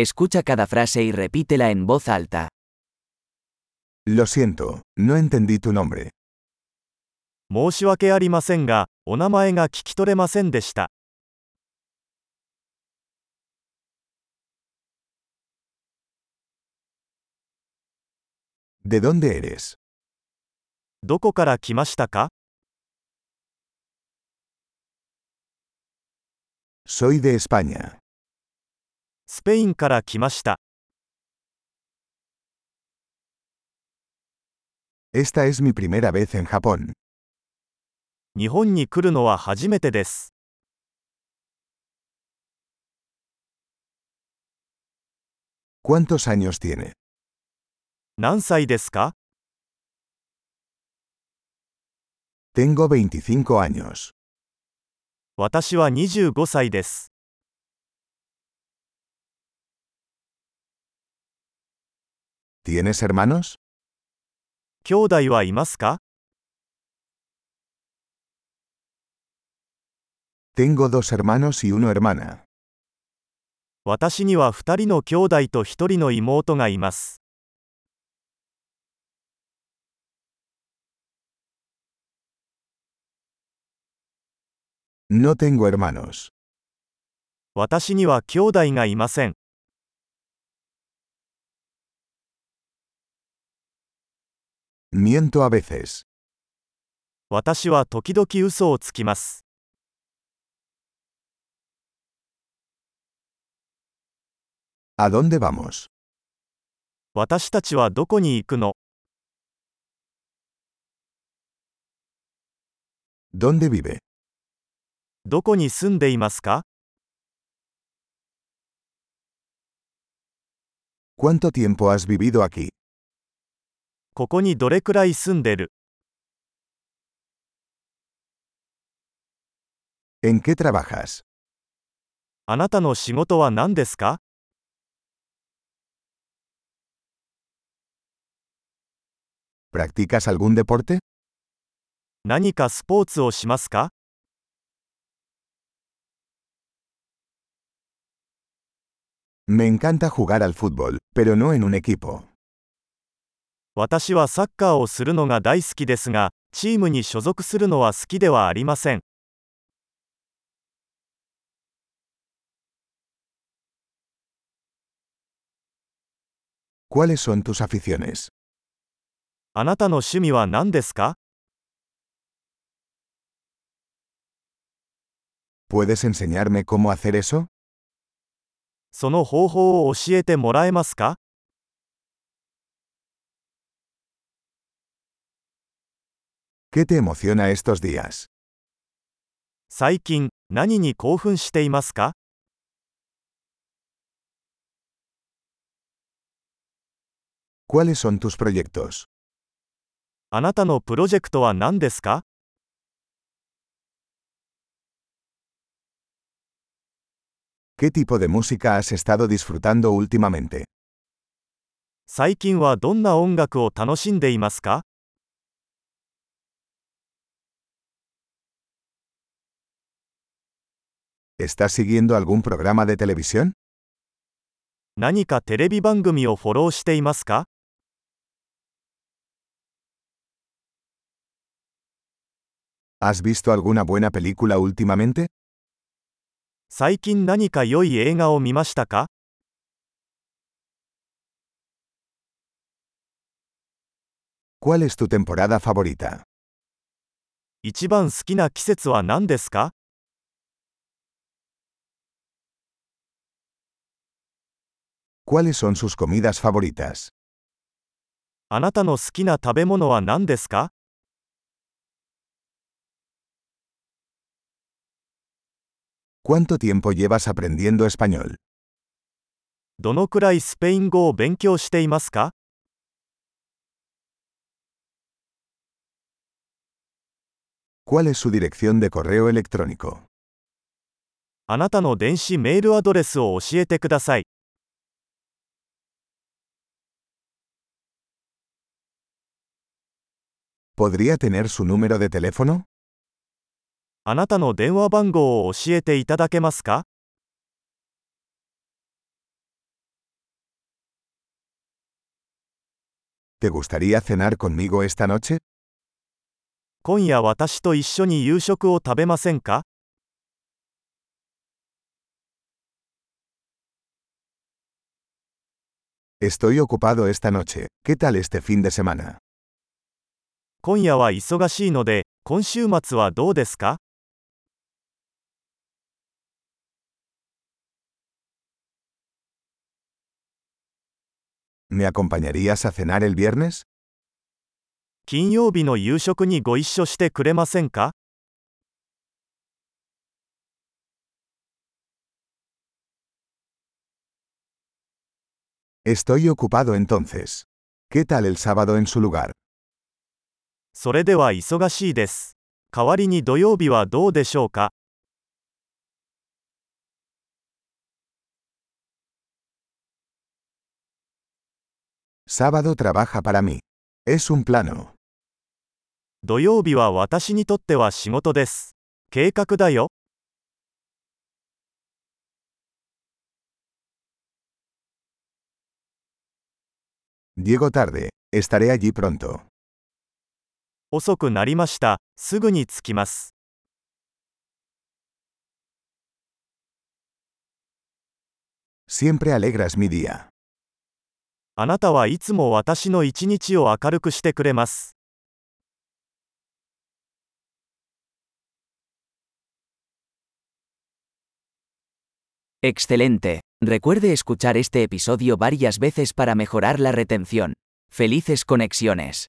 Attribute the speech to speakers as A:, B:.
A: Escucha cada frase y repítela en voz alta.
B: Lo siento, no entendí tu nombre.
C: 申し訳ありませんが、お名前が聞き取れませんでした。
B: ¿De dónde eres?
C: どこから来ましたか
B: Soy de España.
C: スペインから来ました。
B: Esta es mi primera vez en Japón.
C: 日本に来るのは初めてです。
B: ¿Cuántos años tiene?
C: 何歳ですか
B: Tengo 25 años.
C: 私は25歳です。
B: ¿Tienes hermanos?
C: 兄弟はいますか
B: Tengo dos hermanos y una hermana.
C: 私には2人の兄弟と1人の妹がいます。
B: No tengo hermanos.
C: 私には兄弟がいません。
B: Miento a veces.
C: 私は時々嘘をつきます。
B: ¿A dónde vamos?
C: 私たちはどこに行くの
B: ¿Dónde vive?
C: どこに住んでいますか
B: ¿Cuánto tiempo has vivido aquí?
C: ここにどれくらい住んでる
B: ¿En qué trabajas?
C: あなたの仕事は何ですか
B: ¿Practicas algún deporte?
C: 何かスポーツをしますか
B: Me encanta jugar al fútbol, pero no en un equipo.
C: 私はサッカーをするのが大好きですが、チームに所属するのは好きではありません。
B: ¿Cuáles son tus aficiones?
C: あなたの趣味は何ですか
B: ¿Puedes enseñarme cómo hacer eso?
C: その方法を教えてもらえますか
B: ¿Qué te emociona estos días?
C: 最近、何に興奮していますか
B: ¿Cuáles son tus proyectos?
C: あなたのプロジェクトは何ですか
B: ¿Qué tipo de música has estado disfrutando últimamente?
C: 最近はどんな音楽を楽しんでいますか
B: ¿Estás siguiendo algún programa de televisión?
C: 何かテレビ番組をフォローしていますか
B: ¿Has visto alguna buena película últimamente?
C: 最近何か良い映画を見ましたか
B: ¿Cuál es tu temporada favorita?
C: 一番好きな季節は何ですか
B: ¿Cuáles son sus comidas favoritas?
C: あなたの好きな食べ物は何ですか
B: ¿Cuánto tiempo llevas aprendiendo español?
C: どのくらいスペイン語を勉強していますか
B: ¿Cuál es su dirección de correo electrónico?
C: あなたの電子メールアドレスを教えてください。
B: ¿Podría tener su número de teléfono?
C: あなたの電話番号を教えていただけますか
B: ¿Te gustaría cenar conmigo esta noche?
C: 今夜私と一緒に夕食を食べませんか
B: Estoy ocupado esta noche. ¿Qué tal este fin de semana?
C: 今夜は忙しいので、今週末はどうですか
B: ¿Me acompañarías a cenar el viernes?
C: 金曜日の夕食にご一緒してくれませんか
B: Estoy ocupado entonces. ¿Qué tal el sábado en su lugar?
C: それでは忙しいです。代わりに土曜日はどうでしょうか
B: Sábado trabaja para mí. Es un plano.
C: 土曜日は私にとっては仕事です。計画だよ。
B: Llego tarde. Estaré allí pronto.
C: 遅くなりました。すぐに着きます。
B: Siempre alegras mi día.
C: あなたはいつも私の一日を明るくしてくれます。
A: Excelente. Recuerde escuchar este episodio varias veces para mejorar la retención. Felices conexiones.